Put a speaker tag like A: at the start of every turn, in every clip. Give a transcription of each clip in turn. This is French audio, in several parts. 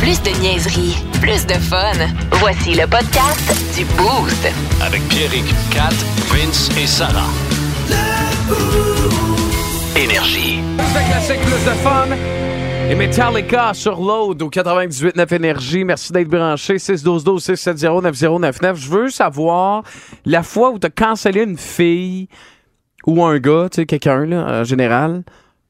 A: Plus de niaiserie, plus de fun. Voici le podcast du Boost.
B: Avec Pierrick, Kat, Vince et Sarah. Énergie.
C: Plus de classiques, plus de fun. Et Metallica sur l'aude au 98.9 Énergie. Merci d'être branché. 612-12-670-9099. Je veux savoir la fois où t'as cancellé une fille ou un gars, tu sais, quelqu'un, là, en général,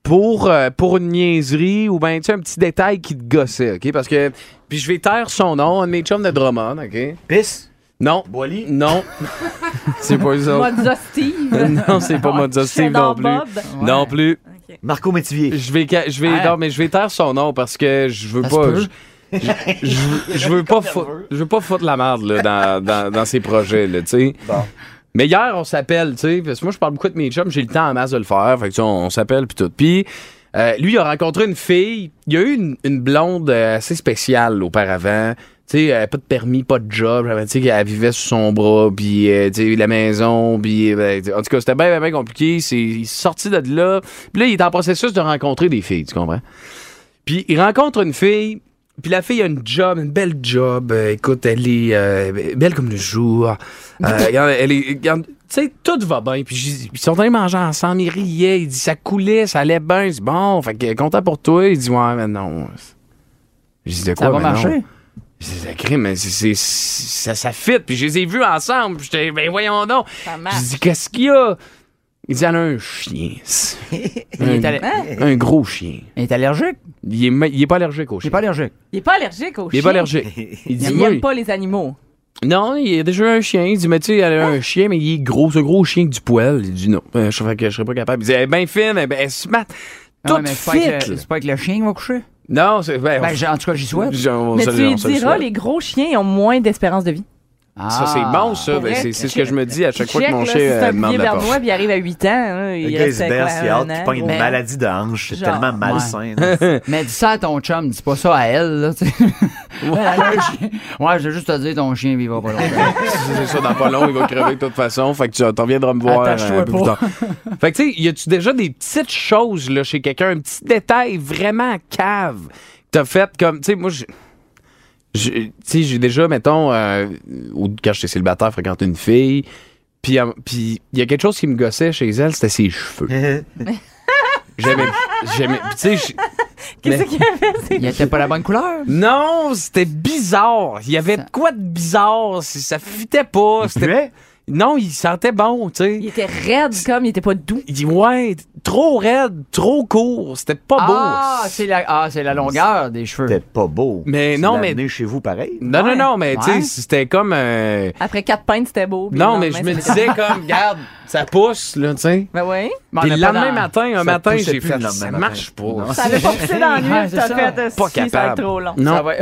C: pour, euh, pour une niaiserie ou ben, tu sais, un petit détail qui te gossait, OK? Parce que... Puis je vais taire son nom, un de mes chums de Drummond, OK?
D: Pisse.
C: Non.
D: Boily.
C: Non. c'est pas eux autres.
E: Mozza Steve.
C: Non, c'est pas Mozza Steve non
E: J'adore
C: plus.
E: Bob.
C: Non plus.
D: Marco Métivier.
C: Je vais, ca- je vais,
D: Hein?
C: non, mais je vais taire son nom parce que je veux
D: Ça
C: pas.
D: se peut.
C: Je, je- je- je veux pas, fou- je veux pas foutre la merde là, dans, dans, dans ses projets, là, tu sais.
D: Bon.
C: Mais hier, on s'appelle, tu sais, parce que moi, je parle beaucoup de mes chums, j'ai le temps en masse de le faire, fait que, tu sais, on, on s'appelle, puis tout. Puis, euh, lui, il a rencontré une fille, il a eu une, une blonde euh, assez spéciale auparavant, tu sais, elle avait pas de permis, pas de job, elle, tu sais, elle vivait sous son bras, puis, euh, tu sais, la maison, puis, euh, tu sais, en tout cas, c'était bien, bien, bien compliqué, C'est- il est sorti de là, puis là, il est en processus de rencontrer des filles, tu comprends? Puis il rencontre une fille, puis la fille a une job, une belle job. Euh, écoute, elle est euh, belle comme le jour. Euh, regarde, elle est, regarde, tu sais, tout va bien. Puis j'ai- ils sont allés manger ensemble, ils riaient, il dit ça coulait, ça allait bien, c'est bon, fait que content pour toi. Il dit ouais, mais non. J'ai dit de quoi
F: Ça va
C: mais non?
F: marcher?
C: J'ai dit, Sacré, mais c'est, c'est- ça, ça fit. Puis je les ai vus ensemble. Puis j'étais, ben voyons donc.
E: Ça marche.
C: Je dis, qu'est-ce qu'il y a? Il dit, elle a un chien.
F: Il
C: un,
F: est, allé-
C: un gros chien.
F: il est allergique?
C: Il est, ma- il est pas allergique au
F: J'ai
C: chien.
F: pas allergique.
E: Il est pas allergique aux
C: Il
E: chiens.
C: est pas allergique. Il dit
E: Il
C: moi,
E: aime pas les animaux.
C: Non, il a déjà eu un chien. Il dit, mais tu sais, elle a un chien, mais il est gros, ce gros chien que du poil. Il dit non. Euh, Je, fait que je serais pas capable. Il dit, elle est bien fine, elle est bien smart.
F: Ah ouais,
C: Tout
F: mais c'est pas
C: fit,
F: avec le-
C: là.
F: c'est pas avec le chien qu'il va coucher?
C: Non, c'est. Ben,
F: Ben, j'ai- en tout cas, j'y souhaite.
C: on-
E: Mais
C: on
E: tu
C: se-
E: lui
C: on se le
E: diras,
C: souhaite.
E: les gros chiens ont moins d'espérance de vie.
F: Ah.
C: Ça, c'est bon, ça.
E: Pour
C: Ben,
E: vrai,
C: c'est c'est ce que je me dis à chaque fois que
E: Check,
C: mon
E: là,
C: chien
E: si c'est
C: euh,
E: un
C: demande
E: billet
C: la
E: verdois,
C: porte.
E: puis il arrive à 8 ans. hein,
D: Le
E: il
D: gars, il
E: reste
D: se berce, il a hâte qu'il pogne une
E: Ben,
D: maladie de hanche. C'est
E: Genre,
D: tellement
E: ouais.
D: malsain.
F: Mais dis ça à ton chum, dis pas ça à elle, là, tu sais. Elle a un chien. Ouais, je vais juste te dire, ton chien vivra pas longtemps.
C: C'est ça, dans pas long, il va crever de toute façon. Fait que tu t'en viendras me voir
F: Attache-toi
C: un peu
F: pas.
C: plus tard. Fait que tu sais, y a-tu déjà des petites choses là, chez quelqu'un, un petit détail vraiment cave que t'as fait comme. Tu sais, moi, je. je- Tu sais, j'ai déjà, mettons, euh, au- quand j'étais célibataire, fréquenté une fille. Puis, euh, puis il y a quelque chose qui me gossait chez elle, c'était ses cheveux. J'aimais. J'aimais. puis Tu sais, je-
E: Qu'est-ce qu'il a fait? c'est-
F: Il était pas la bonne couleur?
C: non, c'était bizarre. Il y avait de quoi de bizarre. c'est- Ça fitait pas. c'était-
D: puait?
C: Non, il sentait bon, tu sais.
E: Il était raide comme, il était pas doux.
C: Il dit ouais, trop raide, trop court, c'était pas
F: Ah,
C: beau.
F: c'est la, ah, c'est la longueur des cheveux.
D: C'était pas beau.
C: Mais
D: Tu
C: non,
D: l'as
C: mais-
D: amené chez vous pareil.
C: Non,
F: Ouais.
C: non, non, mais tu
F: Ouais.
C: sais, c'était comme. euh,
E: Après quatre pintes, c'était beau. puis
C: Non,
E: le
C: mais je
E: lendemain,
C: me
E: c'était-
C: disais comme, regarde, ça pousse, là, tu sais.
E: Ben oui.
F: Mais on
C: Puis
F: est
C: le
F: pas
C: lendemain
F: dans-
C: matin, un
D: ça
C: matin,
D: poussait
C: j'ai
D: plus le
C: fait,
D: lendemain
C: ça
D: matin.
C: marche pas.
D: Non.
E: Ça avait pas poussé dans la nuit,
F: Ouais,
E: puis t'as
F: c'est
E: fait
F: ça.
E: euh,
C: Pas
E: si, ça va
C: capable.
E: être trop long.
F: Ça
C: Non, Euh,
F: va.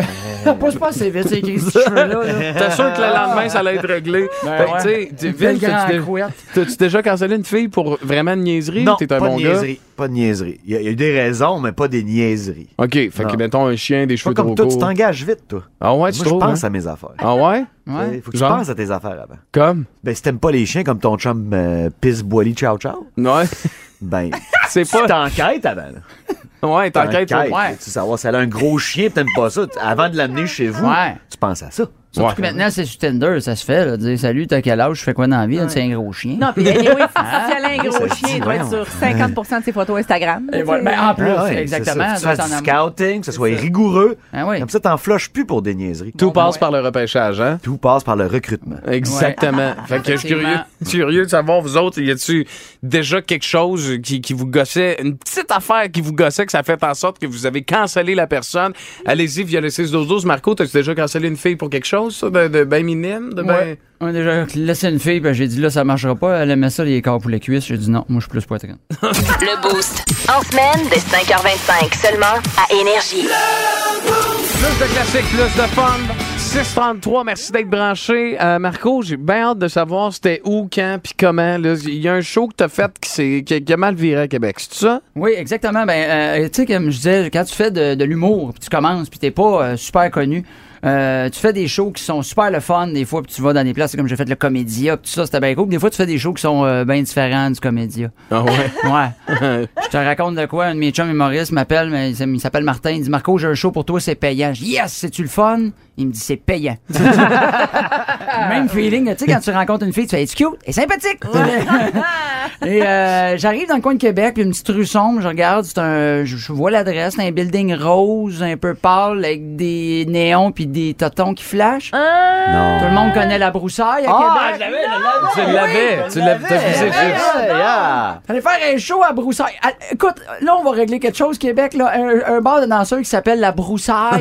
F: Ça pousse pas assez vite, ces crises de cheveux-là. là.
C: t'es sûr que le lendemain, ça allait être réglé.
D: Ben
C: Fait que,
F: ouais.
C: tu sais,
F: Une belle
C: Vince, t'as-tu
F: grande
C: dé-
F: couette.
C: t'as-tu déjà cancellé une fille pour vraiment une niaiserie
D: Non,
C: ou t'es un
D: pas
C: bon
D: de
C: gars?
D: niaiserie. Pas de niaiserie. Il y, a- il y a eu des raisons, mais pas des niaiseries.
C: Ok, fait que
D: Non.
C: mettons un chien, des
D: Pas
C: cheveux
D: comme
C: trop
D: toi, tu
C: courts.
D: t'engages vite, toi.
C: Ah ouais, tu
D: Moi, je
C: trouves? hein?
D: pense à mes affaires.
C: Ah ouais?
F: Ouais.
D: Faut que tu
C: Genre?
D: penses à tes affaires avant.
C: Comme?
D: Ben, si t'aimes pas les chiens comme ton chum euh, Pisse Boily Ciao Ciao,
C: Ouais,
D: ben,
C: c'est
D: tu
C: pas.
D: t'enquêtes avant. là.
C: Ouais, t'enquêtes.
D: T'enquêtes,
C: ouais.
D: Tu veux savoir si elle a un gros chien, pis t'aimes pas ça. Tu- Avant de l'amener chez vous,
F: Ouais.
D: tu penses à ça.
F: Surtout que maintenant, c'est sur Tinder, ça se fait, là, dire salut, t'as quel âge, tu fais quoi dans la vie, c'est un gros chien.
E: Non, puis anyway, si elle a un gros
D: Ça
E: chien,
D: dit,
E: il doit être
D: voyons.
E: sur 50 de ses photos Instagram.
F: Et voilà, mais en plus,
D: Ah ouais,
F: exactement.
D: c'est ça. Faut Que
F: doit
D: tu
F: être
D: fasses
F: en
D: du scouting, que ce soit rigoureux.
F: Ah oui.
D: Comme ça, t'en floches plus pour des niaiseries.
C: Tout passe
E: ouais.
C: par le repêchage, hein?
D: Tout passe par le recrutement.
C: Exactement. Fait que je suis curieux,
F: Effectivement.
C: curieux de savoir, vous autres, y a-tu déjà quelque chose qui, qui vous gossait, une petite affaire qui vous gossait, que ça a fait en sorte que vous avez cancellé la personne? Allez-y via le 6-12-12. Marco, t'as-tu déjà cancellé une fille pour quelque chose, ça, de, de ben minime? De ben...
F: Ouais. On a déjà laissé une fille, puis j'ai dit là, ça marchera pas. Elle aimait ça, les corps pour les cuisses. J'ai dit non, moi, je suis plus poitrine.
A: Le Boost. En semaine de 5h25 seulement à Énergie.
C: Plus de classique, plus de fun. 633, merci d'être branché. Euh, Marco, j'ai bien hâte de savoir c'était où, quand, puis comment. là. Il y a un show que t'as fait qui, s'est- qui, a- qui a mal viré à Québec, c'est ça?
F: Oui, exactement. Ben, euh, tu sais, comme je disais, quand tu fais de, de l'humour, puis tu commences, puis t'es pas euh, super connu, Euh, tu fais des shows qui sont super le fun, des fois, puis tu vas dans des places comme j'ai fait le Comédia, puis tout ça, c'était bien cool. Des fois, tu fais des shows qui sont euh, bien différents du Comédia.
C: Ah ouais.
F: Ouais. je te raconte de quoi. Un de mes chums humoriste m'appelle, mais il s- il s'appelle Martin. Il dit Marco, j'ai un show pour toi, c'est payant. Je dis Yes, c'est-tu le fun Il me dit C'est payant. Même feeling, tu sais, quand tu rencontres une fille, tu fais Es-tu cute Et sympathique Et euh, j'arrive dans le coin de Québec, puis une petite rue sombre, je regarde, c'est un, je, je vois l'adresse, c'est un building rose, un peu pâle, avec des néons puis des totons qui flashent.
C: Hein?
D: Non.
F: Tout le monde connaît la broussaille à
C: Ah,
F: Québec.
C: Tu l'avais, tu l'avais, t'as visé juste.
D: Ah,
F: Allez faire un show à Broussailles. Ah, écoute, là, on va régler quelque chose, Québec. Là. Un, un bar de danseurs qui s'appelle La Broussaille.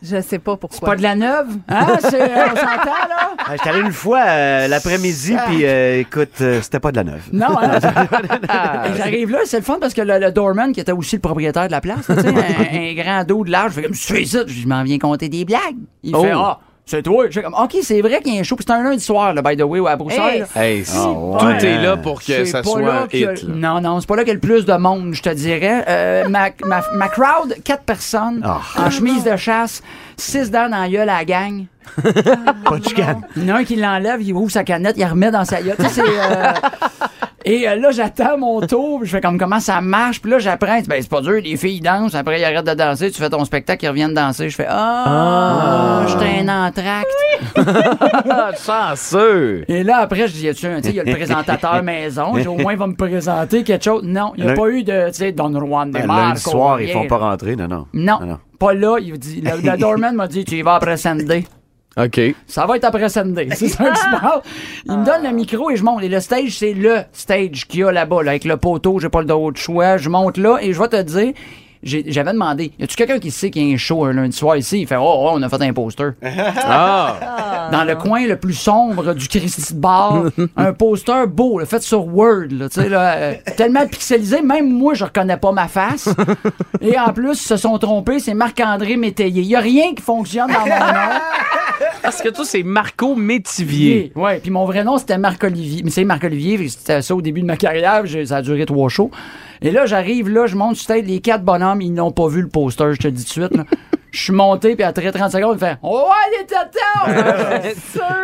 E: Je sais pas pourquoi.
F: C'est pas de la neuve. Hein? C'est- on s'entend, là?
D: J'étais allé une fois euh, l'après-midi, puis euh, écoute, euh, c'était pas de la neuve.
F: Non, hein? Et J'arrive là, c'est le fun parce que le, le doorman, qui était aussi le propriétaire de la place, tu sais, un, un grand dos de large, je fais comme, je fais ça, je dis, Je m'en viens compter des blagues. Il fait,
C: Oh.
F: ah, c'est toi. Je fais comme, OK, c'est vrai qu'il y a un show, puis c'est un lundi soir, là, by the way, à Broussailles.
E: Hey,
F: là.
C: Hey, c'est-
D: ouais.
C: tout est là pour que
F: C'est
C: ça
F: pas
C: soit
F: là
C: un
F: qu'il y a-
C: hit. là.
F: Non, non, c'est pas là qu'il y a le plus de monde, je te dirais. Euh, ma, ma, ma crowd, quatre personnes
D: Ah.
F: en chemise de chasse, six dents dans la gueule à la gang.
D: Pas de chicane.
F: Il y en a un qui l'enlève, il ouvre sa canette, il la remet dans sa gueule. Tu sais, c'est, euh, Et euh, là, j'attends mon tour, puis je fais comme comment ça marche, puis là, j'apprends. Ben, c'est pas dur, les filles dansent, après, ils arrêtent de danser, tu fais ton spectacle, ils reviennent danser. Je fais Ah, j'étais un entracte.
C: Ah,
D: Eh,
C: chanceux!
F: Et là, après, je dis, y a-tu un, tu sais, il y a le présentateur maison, je dis, au moins, il va me présenter quelque chose. Non, il n'y a
D: Le-
F: pas eu de, tu sais, Don Juan de
D: Le
F: Marco.
D: lundi soir, ils
F: rien.
D: font pas rentrer, non, non.
F: Non, pas là, il dit, le, le doorman m'a dit, tu y vas après Sunday.
C: OK.
F: Ça va être après Sunday. C'est ça que je parle. Il me donne le micro et je monte. Et le stage, c'est le stage qu'il y a là-bas, là, avec le poteau, j'ai pas le droit de choix. Je monte là et je vais te dire, j'ai- j'avais demandé, y a-tu quelqu'un qui sait qu'il y a un show un lundi soir ici? Il fait, oh, oh, on a fait un poster.
C: Ah!
F: dans le coin le plus sombre du Christie Bar. un poster beau, là, fait sur Word, là, tu sais, là, euh, tellement pixelisé, même moi, je reconnais pas ma face. Et en plus, ils se sont trompés, c'est Marc-André Métayer. Il y a rien qui fonctionne dans mon nom.
C: Parce que toi, c'est Marco Métivier.
F: Oui, Ouais, puis mon vrai nom c'était Marc Olivier, mais c'est Marc Olivier, puis c'était ça au début de ma carrière, j'ai- ça a duré trois shows. Et là j'arrive là, je monte sur tête, les quatre bonhommes, ils n'ont pas vu le poster, je te le dis tout de suite. là. Je suis monté, puis après 30 secondes, ils font Ouais, les tatas!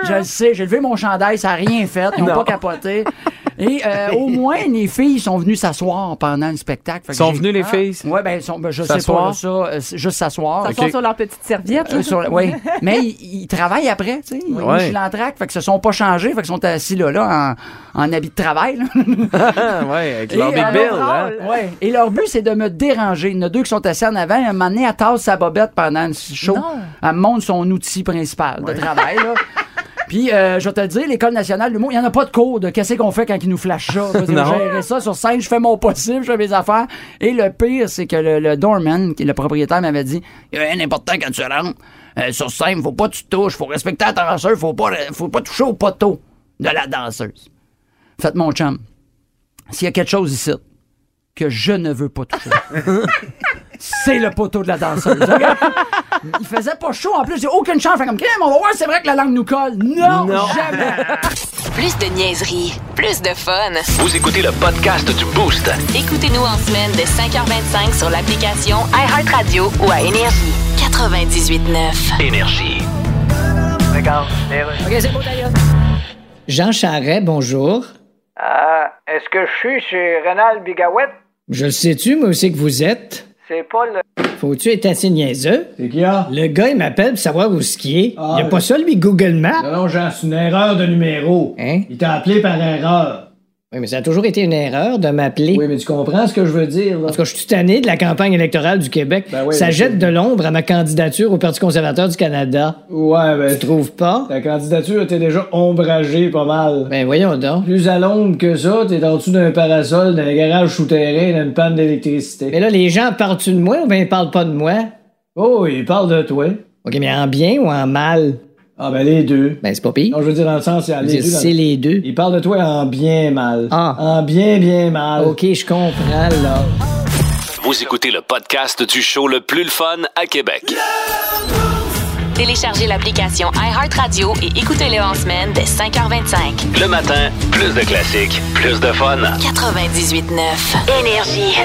F: je le sais, j'ai levé mon chandail, ça n'a rien fait, ils n'ont pas capoté. Et euh, au moins, les filles sont venues s'asseoir pendant le spectacle. Fait que
C: Sont
F: j'ai-
C: venues les filles?
F: Ouais, ben, elles sont, ben, je sais pas,
C: S'asseoir?
F: là, ça, euh, c'est juste s'asseoir.
E: Ça sort sur leur petite serviette.
F: Euh, sur la- oui. Mais ils, ils travaillent après, tu sais. Ils
C: Ouais.
F: mangent l'entraque, fait que se sont pas changés, fait qu'ils sont assis là, là, en, en habit de travail. là.
C: Ah, ouais, avec leur
F: Et,
C: Big
F: euh,
C: Bill,
E: leur
C: hein?
E: rôle.
F: Ouais. Et leur but, c'est de me déranger. Il y en a deux qui sont assis en avant, et à un moment donné, elle tasse sa bobette pendant le show. Elle me montre son outil principal de travail, là. Puis, euh, je vais te le dire, l'École nationale du mot, il n'y en a pas de cours de qu'est-ce qu'on fait quand ils nous flashent ça. Vas-y,
C: Non.
F: gérer ça sur scène, je fais mon possible, je fais mes affaires. Et le pire, c'est que le, le doorman, qui est le propriétaire, m'avait dit Il y a rien d'important quand tu rentres. Euh, sur scène, faut pas que tu touches, faut respecter la danseuse, faut pas, faut pas toucher au poteau de la danseuse. Faites mon chum. S'il y a quelque chose ici que je ne veux pas toucher, c'est le poteau de la danseuse. Regarde. Il faisait pas chaud en plus, j'ai aucune chance. Fait comme, Crème, on va voir, c'est vrai que la langue nous colle. Non, jamais.
A: Plus de niaiserie, plus de fun.
B: Vous écoutez le podcast du Boost.
A: Écoutez-nous en semaine de 5h25 sur l'application iHeartRadio ou à Énergie. 98.9.
B: Énergie.
G: Jean Charret, bonjour.
H: Est-ce que je suis chez Rénal Bigawet?
G: Je le sais-tu, moi aussi, que vous êtes?
H: C'est pas le.
G: Faut-tu être assez niaiseux? C'est qui, ah? Le gars, il m'appelle pour savoir où skier. Il a pas ça, lui, Google Maps? Non, non, Jean, c'est une erreur de numéro. Hein? Il t'a appelé par erreur. Oui, mais ça a toujours été une erreur de m'appeler. Oui, mais tu comprends ce que je veux dire, là. Ben Parce que je suis tanné de la campagne électorale du Québec. ça jette de l'ombre à ma candidature au Parti conservateur du Canada. Ouais, ben... Tu trouves pas? Ta candidature était déjà ombragée pas mal. Ben voyons donc. Plus à l'ombre que ça, t'es en dessous d'un parasol, d'un garage souterrain, d'une panne d'électricité. Mais là, les gens parlent-tu de moi ou bien ils parlent pas de moi? Oh, ils parlent de toi. OK, mais en bien ou en mal? Ah ben les deux. Ben c'est pas pire. Non, je veux dire dans le sens, c'est les deux. C'est les deux. Ils parlent de toi en bien mal. Ah. En bien, bien mal. OK, je comprends là.
B: Vous écoutez le podcast du show le plus le fun à Québec.
A: Téléchargez l'application iHeartRadio et écoutez-le en semaine de 5h25.
B: Le matin, plus de classiques, plus de fun.
A: 98.9. Énergie.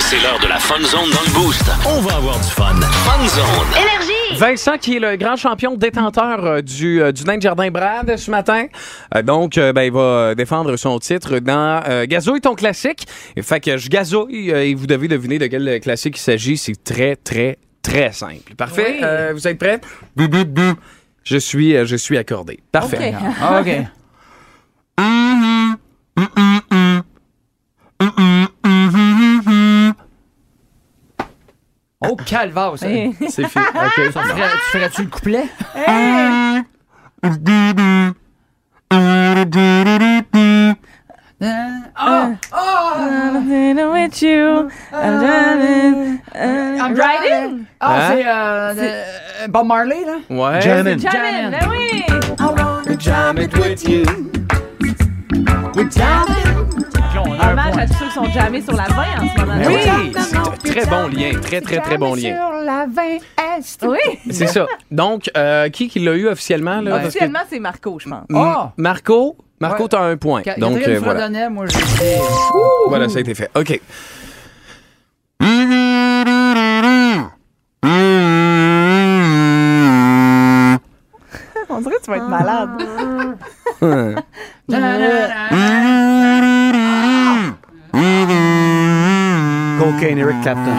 B: C'est l'heure de la Fun Zone dans le Boost.
I: On va avoir du fun.
B: Fun Zone.
C: Vincent, qui est le grand champion détenteur euh, du, euh, du Nain de Jardin Brad euh, ce matin. Euh, donc, euh, ben, il va euh, défendre son titre dans euh, Gazouille ton classique. Et fait que je gazouille euh, et vous devez deviner de quel euh, classique il s'agit. C'est très, très, très simple. Parfait. Euh, vous êtes prêts? Bou, bou, bou. Je suis, euh, je suis accordé. Parfait.
F: Ah, OK. Oh, calvaire, ça.
E: Eh.
C: C'est fini. OK.
F: Ça ferait- tu ferais-tu le couplet? Oh,
E: I'm running with you. I'm running. I'm riding.
F: Ah,
C: Hein?
F: c'est euh, euh, Bob Marley, là?
C: Ouais.
D: Jammin'.
E: Jamming. Ben oui. Hommage à tous ceux qui sont jammés sur la 20 en ce moment.
C: Ben oui, c'est un très bon lien, très très très bon lien.
E: Sur la 20 Est. Oui.
C: C'est ça. Donc, euh, qui qui l'a eu officiellement là Parce que-
E: Officiellement, c'est Marco, je pense.
F: Ah!
C: Marco, Marco,
F: Ouais.
C: t'as un point.
F: Ca-
C: Donc
F: Catherine
C: euh, voilà,
F: Fredonnet, moi, je dis-
C: voilà, ça a été fait. Ok.
E: On dirait que tu vas être malade.
D: Cocaine, Eric Clapton.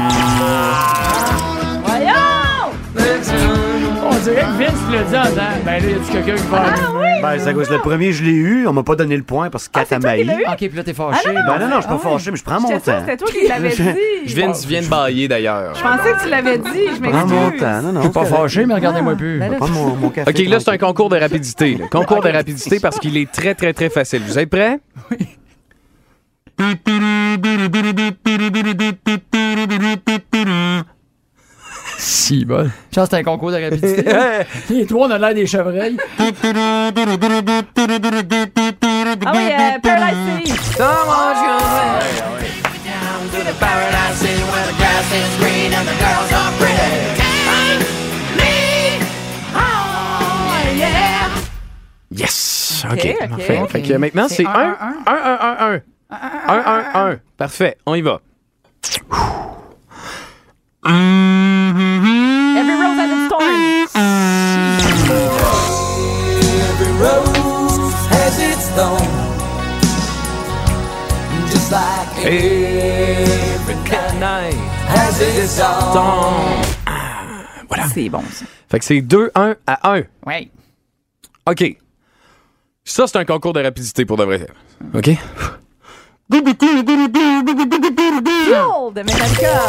F: On dirait que Vince le dit en disant, ben là, y a-tu quelqu'un qui va...
D: Ben, ça cause le premier, je l'ai eu. On m'a pas donné le point parce que
C: Ah,
D: Kat a maï.
E: l'as eu?
F: OK, puis là, t'es fâché.
D: Ben non, non, je suis pas fâché, mais je prends mon
E: J'étais sûre que
D: temps.
E: c'était toi qui l'avais dit.
C: Je viens, je viens de bailler d'ailleurs.
E: Je pensais que tu l'avais dit. Je
D: Je prends mon
E: m'excuse.
D: temps. Non, non.
F: Je suis pas
D: c'est correct.
F: fâché, mais Ben, regardez-moi plus.
I: Ben,
D: Je prends mon, mon café.
C: Ok, là c'est un concours de rapidité. là. Concours de rapidité parce qu'il est très très très facile. Vous êtes prêts
F: Si, bon. Ça, c'est un concours de rapidité. Les trois, on a l'air des chevreuils.
E: Ah oui, euh, Paralyzed.
C: Yes. Ok.
E: Ok, ok.
C: Parfait. Fait que maintenant c'est
F: C'est
C: 1
F: un,
C: 1 1 1 1 1 1 1. Parfait. On y va.
E: Every Rose Has a Thorn. C'est bon, ça.
C: Fait que c'est 2 1 à 1.
F: Ouais.
C: OK. Ça, c'est un concours de rapidité pour de vrai. OK?
E: Fuel de Metallica.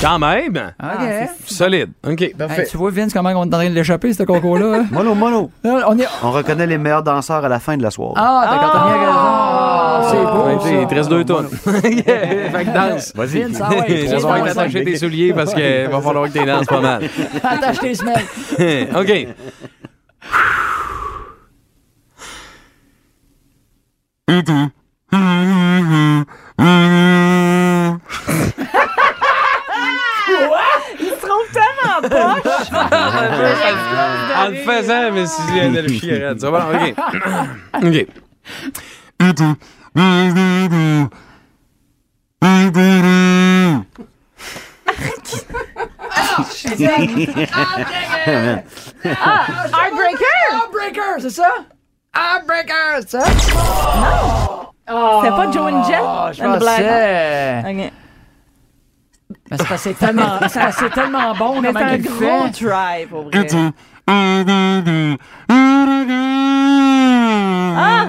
C: Quand même!
F: OK.
C: Solide. OK,
F: Ah, Hey,
C: parfait.
F: tu vois, Vince, comment on est en train de l'échapper, ce concours-là? hein?
D: Molo, molo.
F: Là, on est...
D: On reconnaît les meilleurs danseurs à la fin de la soirée.
F: Ah, t'as quand même
C: Ah,
F: raison. C'est beau,
C: Ouais, tu sais,
F: ça. Ah
C: il te reste deux tonnes. Fait que danse.
D: Vas-y.
C: hein.
F: Vince, ah ouais,
C: Tu vas
F: trois
C: falloir
F: heures
C: t'attacher
F: cinq.
C: tes souliers parce qu'il va falloir que tu danses pas mal.
F: Attache tes semelles.
C: OK.
E: Ils se trompent tellement pas. Euh,
C: En le faisant, mais si j'ai un chien raide. Ça va, OK. OK.
E: Heartbreaker.
F: Heartbreaker, c'est ça? Heartbreaker, c'est ça?
E: C'est pas Joe and Jet?
F: Ah, je
E: and the Black-
F: pensais...
E: Ok.
F: Mais c'est parce que c'est tellement, c'est parce que c'est tellement bon
E: Mais c'est
F: comment
E: un
F: il le
E: gros
F: fait.
E: drive, au vrai. Ah!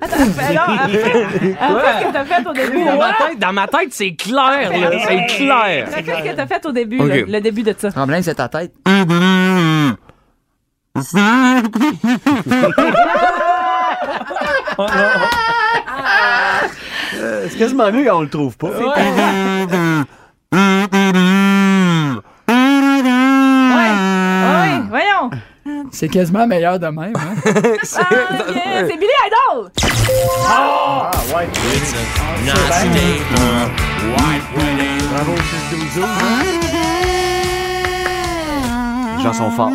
E: Attends, mais là, après, après ce que t'as fait au début,
C: Dans ma
E: là,
C: tête, dans ma tête, c'est clair, là. C'est Ah. clair.
E: après ce que t'as fait au début,
C: Ok.
E: là, le début de ça.
F: Tremblant, c'est ta tête.
D: C'est quasiment mieux quand on le trouve pas.
E: Ouais, ouais, voyons.
F: C'est quasiment meilleur de même. Hein?
E: Ah, yeah, c'est Billy Idol!
D: Bravo, 6 12 12. gens sont forts.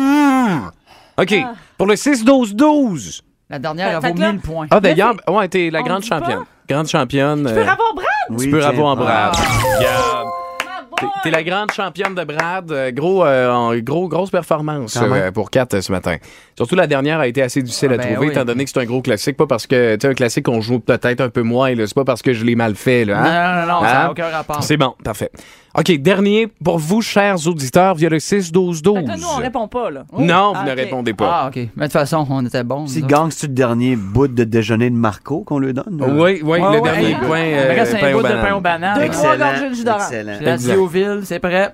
C: OK. Pour le 6-12-12.
F: La dernière,
E: Fait-
F: elle
E: fait
F: vaut
E: que là-
F: 1000 points.
C: Ah, d'ailleurs, ouais, t'es la
E: on
C: grande
E: dit pas?
C: championne. Grande championne. euh,
E: Tu peux avoir Brad?
D: Oui,
C: Tu peux
D: tiens.
C: avoir en Brad.
F: Ah.
C: Regarde. T'es-
E: boy!
C: T'es la grande championne de Brad. Euh, Gros, euh, en- gros, grosse performance
D: Quand même.
C: euh, pour 4 ce matin. Surtout la dernière a été assez difficile
F: Ah,
C: à
F: ben
C: trouver,
F: oui.
C: étant donné que c'est un gros classique. Pas parce que, tu sais, un classique qu'on joue peut-être un peu moins. là. C'est pas parce que je l'ai mal fait. Là, hein?
F: Non, non, non, ça
C: Hein?
F: n'a aucun rapport.
C: C'est bon, parfait. OK, dernier pour vous, chers auditeurs, via le
E: Fait que là, nous, on
C: 6-12-12.
E: répond pas, là.
C: Non, vous
E: Ah,
C: ne
E: ok.
C: répondez pas.
F: Oh, Ah, OK. Mais de toute façon, on était bons.
D: Si
F: nous
D: gang, c'est le dernier bout de déjeuner de Marco qu'on lui donne? là?
C: Oui, oui,
F: Ouais,
C: le
F: Ah, ouais,
C: dernier
F: hey,
C: point.
F: autres. Il
C: euh,
F: me reste
C: pain
F: un
C: aux
F: bout de pain
C: bananes.
F: aux bananes.
E: Excellent. Trois gorgées de jus d'orange.
D: excellent.
F: La
C: Exact.
F: Dioville, c'est prêt.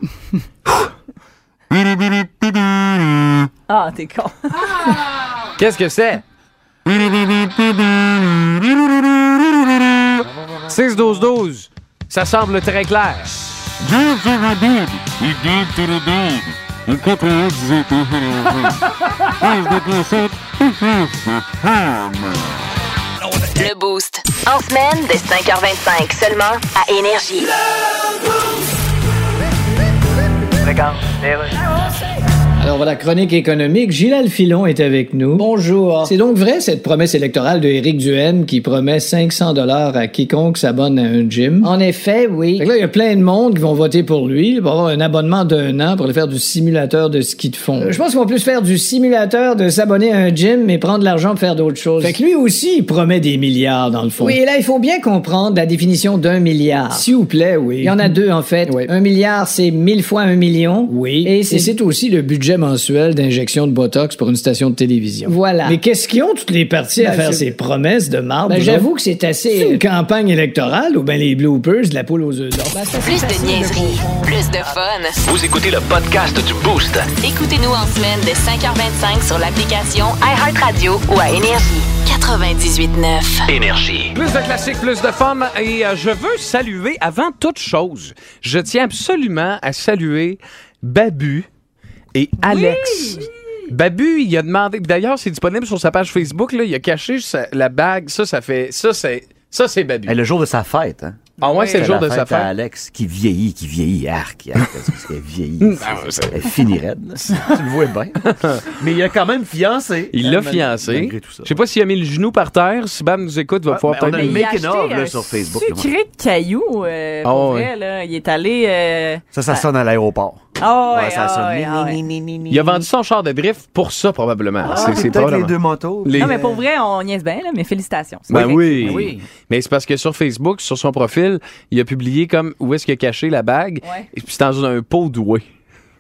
E: Ah, t'es con.
C: Qu'est-ce que c'est? 6-12-12, ça semble très clair.
A: Le Boost. En semaine, dès 5h25, seulement à Énergie.
G: Alors voilà, chronique économique. Gilles Filon est avec nous. Bonjour. C'est donc vrai cette promesse électorale de Éric Duhem qui promet 500 dollars à quiconque s'abonne à un gym? En effet, oui. Fait que là, il y a plein de monde qui vont voter pour lui. Il va avoir un abonnement d'un an pour aller faire du simulateur de ski de fond. Euh, je pense qu'ils vont plus faire du simulateur de s'abonner à un gym mais prendre l'argent pour faire d'autres choses. Fait que lui aussi, il promet des milliards dans le fond. Oui, et là, il faut bien comprendre la définition d'un milliard. S'il vous plaît, oui. Il y en a deux en fait. Un milliard, c'est mille fois un million. Oui. Et c'est aussi le budget mensuel d'injection de Botox pour une station de télévision. Voilà. Mais qu'est-ce qu'ils ont toutes les parties à faire ces promesses de marbre? j'avoue que c'est assez... C'est une campagne électorale ou bien les bloopers de la poule aux œufs d'or?
A: Plus de niaiserie, plus de fun.
B: Vous écoutez le podcast du Boost.
A: Écoutez-nous en semaine dès 5h25 sur l'application iHeartRadio ou à Énergie. 98.9.
B: Énergie.
C: Plus de classiques, plus de femmes. Et euh, je veux saluer, avant toute chose, je tiens absolument à saluer Babu et Alex. Babu, il a demandé. D'ailleurs, c'est disponible sur sa page Facebook. Là, il a caché sa- la bague. Ça, ça fait. Ça, c'est. Ça, c'est Babu.
D: Eh, le jour de sa fête, hein?
C: Ah ouais, c'est le jour
D: la
C: de sa
D: fête à
C: fête.
D: Alex qui vieillit, qui vieillit, arc, arc, parce qu'elle
C: Ben,
D: vieillit. elle finit raide, là. tu le vois bien. Mais il a quand même fiancé.
C: Il l'a fiancé.
D: Malgré tout ça.
C: Je sais pas s'il a mis le genou par terre. Si Bam nous écoute, va
D: Ah,
C: pouvoir
D: ben, on
C: peut-être.
D: a
C: le-
D: mis-
E: Il a
D: Making
E: acheté
D: of, là,
E: un
D: sur Facebook, là, moi.
E: Sucré de cailloux, euh,
C: Ah,
E: pour
C: ouais.
E: vrai, là. Il est allé... euh,
D: Ça, ça sonne à l'aéroport.
E: Ah ouais,
D: Ouais, ça
E: ah
D: sonne.
E: ouais, ah ouais.
C: Il a vendu son char de drift pour ça, probablement.
I: Ah,
D: Ah, C'est, peut-être les
C: probablement-
D: deux motos.
C: hein. Les-
E: Non, mais
I: euh,
E: pour vrai, on niaise bien, là, mais félicitations. C'est
C: Ben
E: vrai.
C: oui.
F: Ben oui.
C: Mais c'est parce que sur Facebook, sur son profil, il a publié comme où est-ce qu'il a caché la bague.
E: Ouais.
C: Et puis c'est dans un pot doué.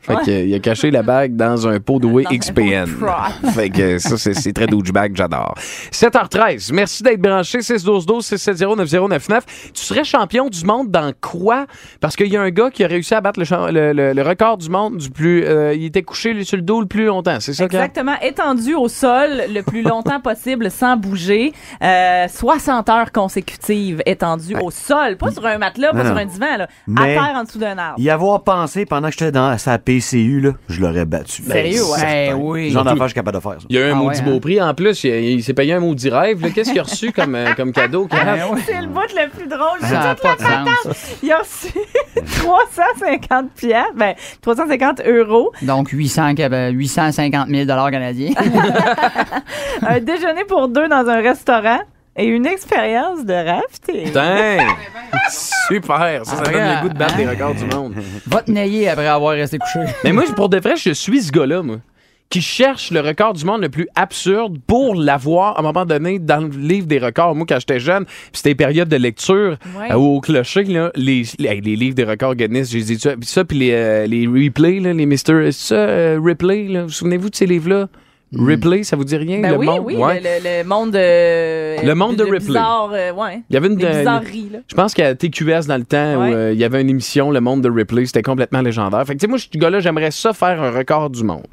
C: Fait que, il a caché la bague dans un pot doué
E: Dans un
C: XPN.
E: pot de
C: fait que ça, c'est, c'est très douchebag, j'adore. 7h13, merci d'être branché. 612-12-670-9099. Tu serais champion du monde dans quoi? Parce qu'il y a un gars qui a réussi à battre le, champ- le- le- le record du monde du plus... euh, il était couché lui, sur le dos le plus longtemps, c'est ça? Kat?
E: Exactement. Étendu au sol le plus longtemps possible sans bouger. Euh, 60 heures consécutives étendu au sol. Pas sur un matelas, pas
D: Non,
E: sur
D: non.
E: un divan, là.
D: Mais-
E: À terre en dessous d'un
I: Ah.
E: arbre.
D: Y avoir pensé pendant que j'étais dans sa PCU, là, je l'aurais battu.
F: Sérieux, ouais.
D: certain.
I: Ben
F: Eh oui.
D: Ce genre d'affaire, je suis capable de faire ça.
C: Il y a eu un
F: Ah ouais,
C: maudit
F: hein?
C: beau prix en plus. Il, il s'est payé un maudit rêve. là. Qu'est-ce qu'il a reçu comme, euh, comme cadeau?
E: Ah
C: Kev?
F: Ben oui.
E: C'est le bout le plus drôle.
F: Ça n'a pas de sens.
E: Il a reçu 350 piastres, ben 350 euros,
F: Donc, 800, que- ben, 850 000 canadiens.
E: un déjeuner pour deux dans un restaurant et une expérience de rafting.
C: Putain! Super! Ça, ça
F: Ah,
C: donne
F: ouais.
C: le goût de
E: hein?
C: battre les records du monde.
F: Va te nailler après avoir resté couché.
C: Mais moi, pour de vrai, je suis ce gars-là, moi. Qui cherche le record du monde le plus absurde pour l'avoir à un moment donné dans le livre des records. Moi, quand j'étais jeune, puis c'était les périodes de lecture
E: Ouais.
C: euh, au clocher, là, les, les, les livres des records Guinness, j'ai dit ça. Puis ça, puis les, euh, les replays, là, les Mr. Ça, euh, replay, là, vous vous souvenez-vous de ces livres-là? Replay, ça vous dit rien?
E: Hmm. Ben
C: le
E: oui,
C: monde?
E: oui,
C: Ouais.
E: le, le- le monde de...
C: Le monde de Ripley.
E: Bizarre, euh, ouais.
C: Il y avait une,
E: Des
C: euh,
E: bizarreries, là.
C: Je pense qu'à TQS dans le temps
E: Ouais.
C: où euh, il y avait une émission, Le Monde de Ripley, c'était complètement légendaire. Fait que tu sais, moi, je suis ce gars-là, j'aimerais ça faire un record du monde.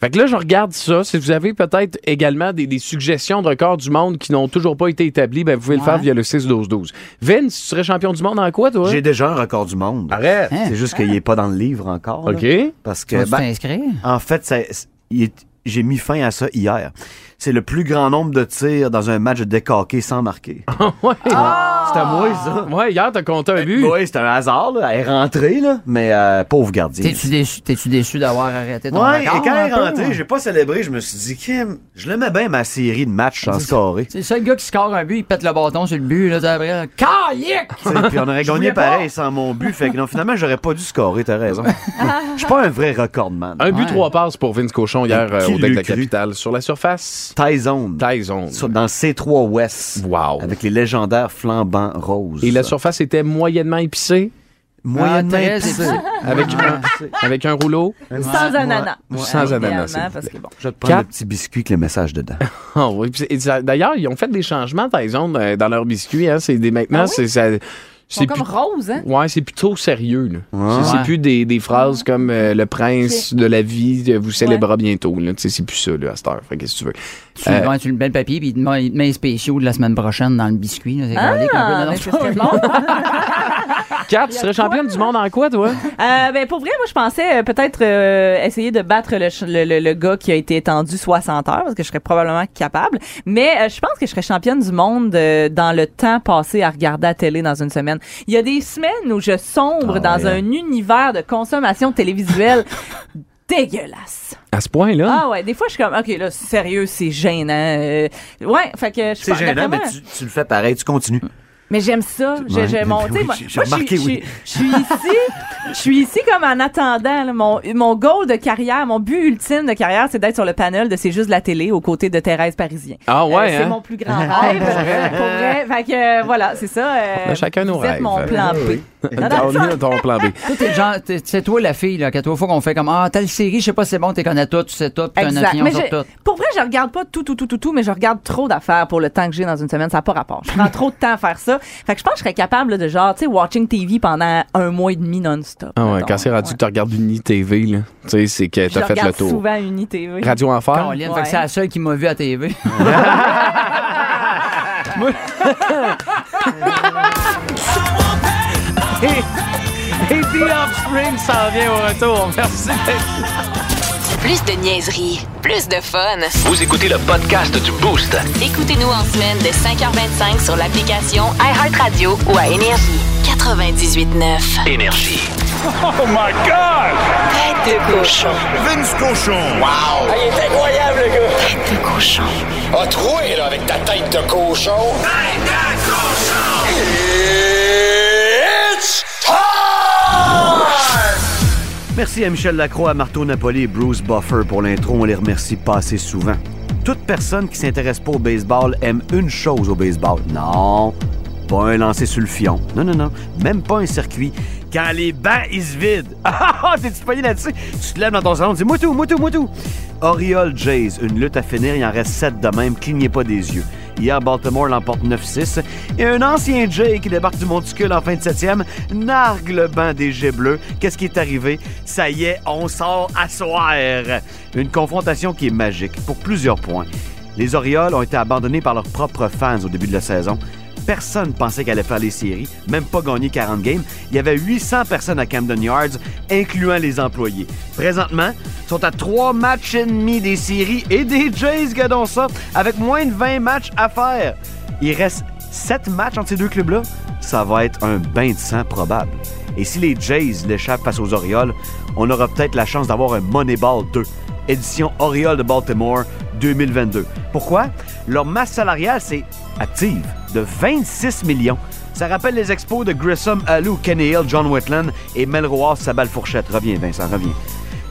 C: Fait que là, je regarde ça. Si vous avez peut-être également des, des suggestions de records du monde qui n'ont toujours pas été établis, ben, vous pouvez le
F: Ouais.
C: faire via le 6-12-12. Vince, tu serais champion du monde en quoi, toi?
D: J'ai déjà un record du monde.
C: Arrête!
F: Hein?
D: C'est juste qu'il n'est pas dans le livre encore. là.
C: Ah. OK.
D: Parce
F: Tu vas
D: que, ben,
F: t'inscrire?
D: en fait, ça- c'est- il est-
I: j'ai mis fin à ça hier. C'est le plus grand nombre de tirs dans un match de décaqué sans marquer.
C: ouais.
F: Ah!
I: C'était moi, ça.
C: Ouais, hier, t'as compté un but.
I: Oui, c'était un hasard, là. Elle est rentrée, là, mais euh, pauvre gardien.
F: T'es-tu déçu, t'es-tu déçu d'avoir arrêté ton
I: Ouais, et
F: record
I: quand elle est
F: un peu,
I: rentrée,
F: ouais?
I: j'ai pas célébré. Je me suis dit, Kim, je l'aimais bien ma série de matchs sans scorer.
F: C'est le seul gars qui score un but, il pète le bâton sur le but, là, t'as après, Calique!
I: Tu sais, Puis on aurait gagné pareil sans mon but. Fait que non, finalement, j'aurais pas dû scorer, t'as raison. Je suis pas un vrai recordman.
C: Un but,
F: Ouais.
C: trois passes pour Vince Cochon hier
I: Qui
C: euh, au deck de la
I: l'eût cru?
C: capitale. Sur la surface,
I: Tyzone.
C: Tyson.
I: Sur- Dans C3 West.
C: Wow.
I: Avec les légendaires flambants roses.
C: Et la surface était moyennement épicée,
I: Moyenne
F: Ah, très
C: avec un, avec un rouleau.
E: Sans ananas.
C: Sans ananas,
E: Idéalement,
C: s'il vous
E: parce que bon.
I: Je vais te prendre
C: Quatre.
I: le petit biscuit avec le message dedans.
C: Ah oui, puis c'est- et ça- D'ailleurs, ils ont fait des changements, Tyson, euh, dans leurs biscuits. Hein, c'est des, maintenant, c'est ça-
E: Ah Ils sont
C: c'est
E: comme
C: plus-
E: roses, hein?
C: Ouais, c'est plutôt sérieux. Là. C'est- C'est
F: Ouais.
C: plus des, des phrases comme euh, le prince de la vie euh, vous célébrera bientôt. Là. Tu sais, C'est plus ça là, à cette heure. Fait qu'est-ce que tu veux?
F: Tu
C: Euh,
F: le vends sur le bel papier, puis il te met- il te met les spéciaux de la semaine prochaine dans le biscuit. là, c'est calique un peu,
E: Ah,
F: non, non,
E: mais
F: c'est
E: c'est
F: pas-
E: très bon. Ah,
C: Kat, tu serais championne du monde en quoi, toi?
E: Euh, ben, pour vrai, moi, je pensais euh, peut-être euh, essayer de battre le, ch- le, le- le gars qui a été étendu 60 heures, parce que je serais probablement capable. Mais euh, je pense que je serais championne du monde euh, dans le temps passé à regarder la télé dans une semaine. Il y a des semaines où je sombre
I: Ah
E: dans
I: ouais,
E: un univers de consommation télévisuelle dégueulasse.
C: À ce point-là?
E: Ah ouais, des fois, je suis comme, OK, là, sérieux, c'est gênant. Euh, ouais, fait que je
I: C'est
E: pense-
I: gênant,
E: d'après
I: mais
E: moi-
I: tu, tu le fais pareil, tu continues.
E: mais j'aime ça. J'ai
I: Ouais.
E: j'ai mon, tu sais,
I: Oui,
E: moi,
I: j'ai- j'ai
E: moi, je suis-
I: remarqué,
E: je
I: oui.
E: suis je suis ici, je suis ici comme en attendant. là. mon, mon goal de carrière, mon but ultime de carrière, c'est d'être sur le panel de C'est juste la télé aux côtés de Thérèse Parisien.
C: Ah ouais,
E: Euh, C'est
C: hein?
E: mon plus grand rêve. pour vrai. Fait que euh, voilà, c'est ça. euh,
C: On a chacun nos
E: vous êtes
C: rêves.
E: mon plan B. Non, non,
C: On est dans ton plan B.
F: Toi, t'es le genre, t'es- c'est toi la fille, là, qu'à trois fois qu'on fait comme, ah, telle série, je sais pas, c'est bon, t'es connais tout, tu sais tout, puis t'as une
E: Exact.
F: opinion
E: Mais
F: sur
E: je-
F: tout.
E: pour vrai, je regarde pas tout, tout, tout, tout, tout, mais je regarde trop d'affaires pour le temps que j'ai dans une semaine. Ça n'a pas rapport. Je prends trop de temps à faire ça. Fait que je pense que je serais capable là, de genre, tu sais, watching TV pendant un mois et demi non-stop.
C: Ah ouais,
E: mettons.
C: quand c'est rendu
E: Ouais.
C: que tu regardes Uni TV, là, tu sais, c'est que
E: Je
C: t'as fait le
E: regarde
C: tour.
E: souvent Unité.
C: Radio Enfer?
F: Caroline,
E: Ouais.
F: fait que c'est la seule qui m'a vu à TV.
C: Et The Offspring s'en vient au retour. Merci
A: Plus de niaiserie, plus de fun.
B: Vous écoutez le podcast du Boost.
A: Écoutez-nous en semaine de 5h25 sur l'application iHeartRadio ou à Énergie. 98.9.
B: Énergie.
A: Tête de cochon.
J: Vince Cochon.
A: Tête de cochon.
J: A troué, là, avec ta tête de cochon. Tête de cochon! It's time!
I: Merci à Michel Lacroix, à Marteau Napoli et Bruce Buffer pour l'intro. On les remercie pas assez souvent. Toute personne qui s'intéresse pas au baseball aime une chose au baseball. Non, pas un lancer sur le fion. Non, non, non. Même pas un circuit. Quand les bancs, ils se vident. Ah, ah, t'es-tu pogné là-dessus? Tu te lèves dans ton salon, tu dis Moutou, Moutou, Moutou. Oriole Jays, une lutte à finir, il en reste sept de même. Clignez pas des yeux. Hier, Baltimore l'emporte 9-6. Et un ancien Jay qui débarque du monticule en fin de septième nargue le banc des Jets bleus. Qu'est-ce qui est arrivé? Ça y est, on sort à soir. Une confrontation qui est magique pour plusieurs points. Les Orioles ont été abandonnés par leurs propres fans au début de la saison. Personne pensait qu'elle allait faire les séries, même pas gagner 40 games. Il y avait 800 personnes à Camden Yards, incluant les employés. Présentement, ils sont à 3 matchs et demi des séries et des Jays, gadons ça, avec moins de 20 matchs à faire. Il reste 7 matchs entre ces deux clubs-là. Ça va être un bain de sang probable. Et si les Jays l'échappent face aux Orioles, on aura peut-être la chance d'avoir un Moneyball 2, édition Orioles de Baltimore 2022. Pourquoi? Leur masse salariale, c'est active, de 26 millions. Ça rappelle les expos de Grissom, Alou, Kenny Hill, John Whitland et Melroy Sabal-Fourchette. Reviens, Vincent, reviens.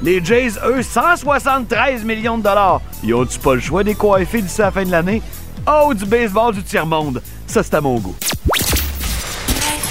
I: Les Jays, eux, 173 millions de dollars. Ils ont-tu pas le choix des coiffés d'ici la fin de l'année? Oh, du baseball du tiers-monde. Ça, c'est à mon goût.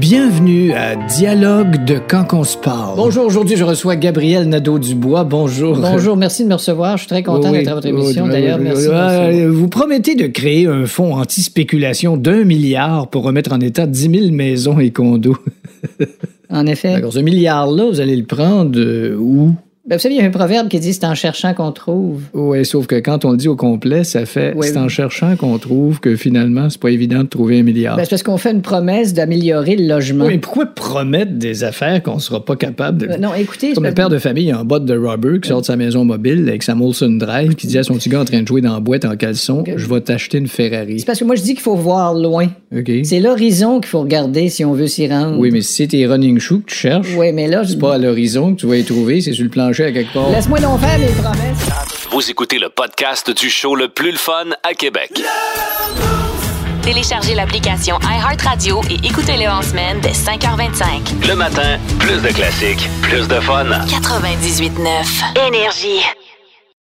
G: Bienvenue à Dialogue de Quand qu'on se parle.
K: Bonjour, aujourd'hui je reçois Gabriel Nadeau-Dubois. Bonjour.
G: Bonjour, merci de me recevoir. Je suis très content
K: Oui,
G: d'être à votre
K: oui,
G: émission.
K: oui,
G: D'ailleurs,
K: oui,
G: merci. de
K: oui.
G: me recevoir.
K: Euh, vous promettez de créer un fonds anti-spéculation d'un milliard pour remettre en état 10 000 maisons et condos.
G: En effet.
K: D'accord, ce milliard-là, vous allez le prendre euh, où?
F: Ben, vous savez, il y a un proverbe qui dit c'est en cherchant qu'on trouve.
G: Oui, sauf que quand on le dit au complet, ça fait
F: Ouais,
G: c'est
F: oui.
G: en cherchant qu'on trouve que finalement, c'est pas évident de trouver un milliard.
F: Ben, c'est parce qu'on fait une promesse d'améliorer le logement.
G: Oui, mais pourquoi promettre des affaires qu'on sera pas capable de.
F: Euh, non, écoutez,
G: Comme
F: je-
G: le père de famille, il y a un bot de Robert qui sort de sa maison mobile avec sa Molson Drive qui dit à son petit gars en train de jouer dans la boîte en caleçon Je vais t'acheter une Ferrari.
F: c'est parce que moi, je dis qu'il faut voir loin.
G: OK.
F: C'est l'horizon qu'il faut regarder si on veut s'y rendre.
G: Oui, mais si c'est tes running shoes que tu cherches,
F: Ouais, mais là, je-
G: c'est pas à l'horizon que tu vas les trouver, c'est sur le plancher à quelque part.
F: Laisse-moi donc faire mes promesses.
B: Vous écoutez le podcast du show le plus le fun à Québec.
A: Téléchargez l'application iHeartRadio et écoutez-le en semaine dès 5h25.
B: Le matin, plus de classiques, plus de fun.
A: 98.9 Énergie.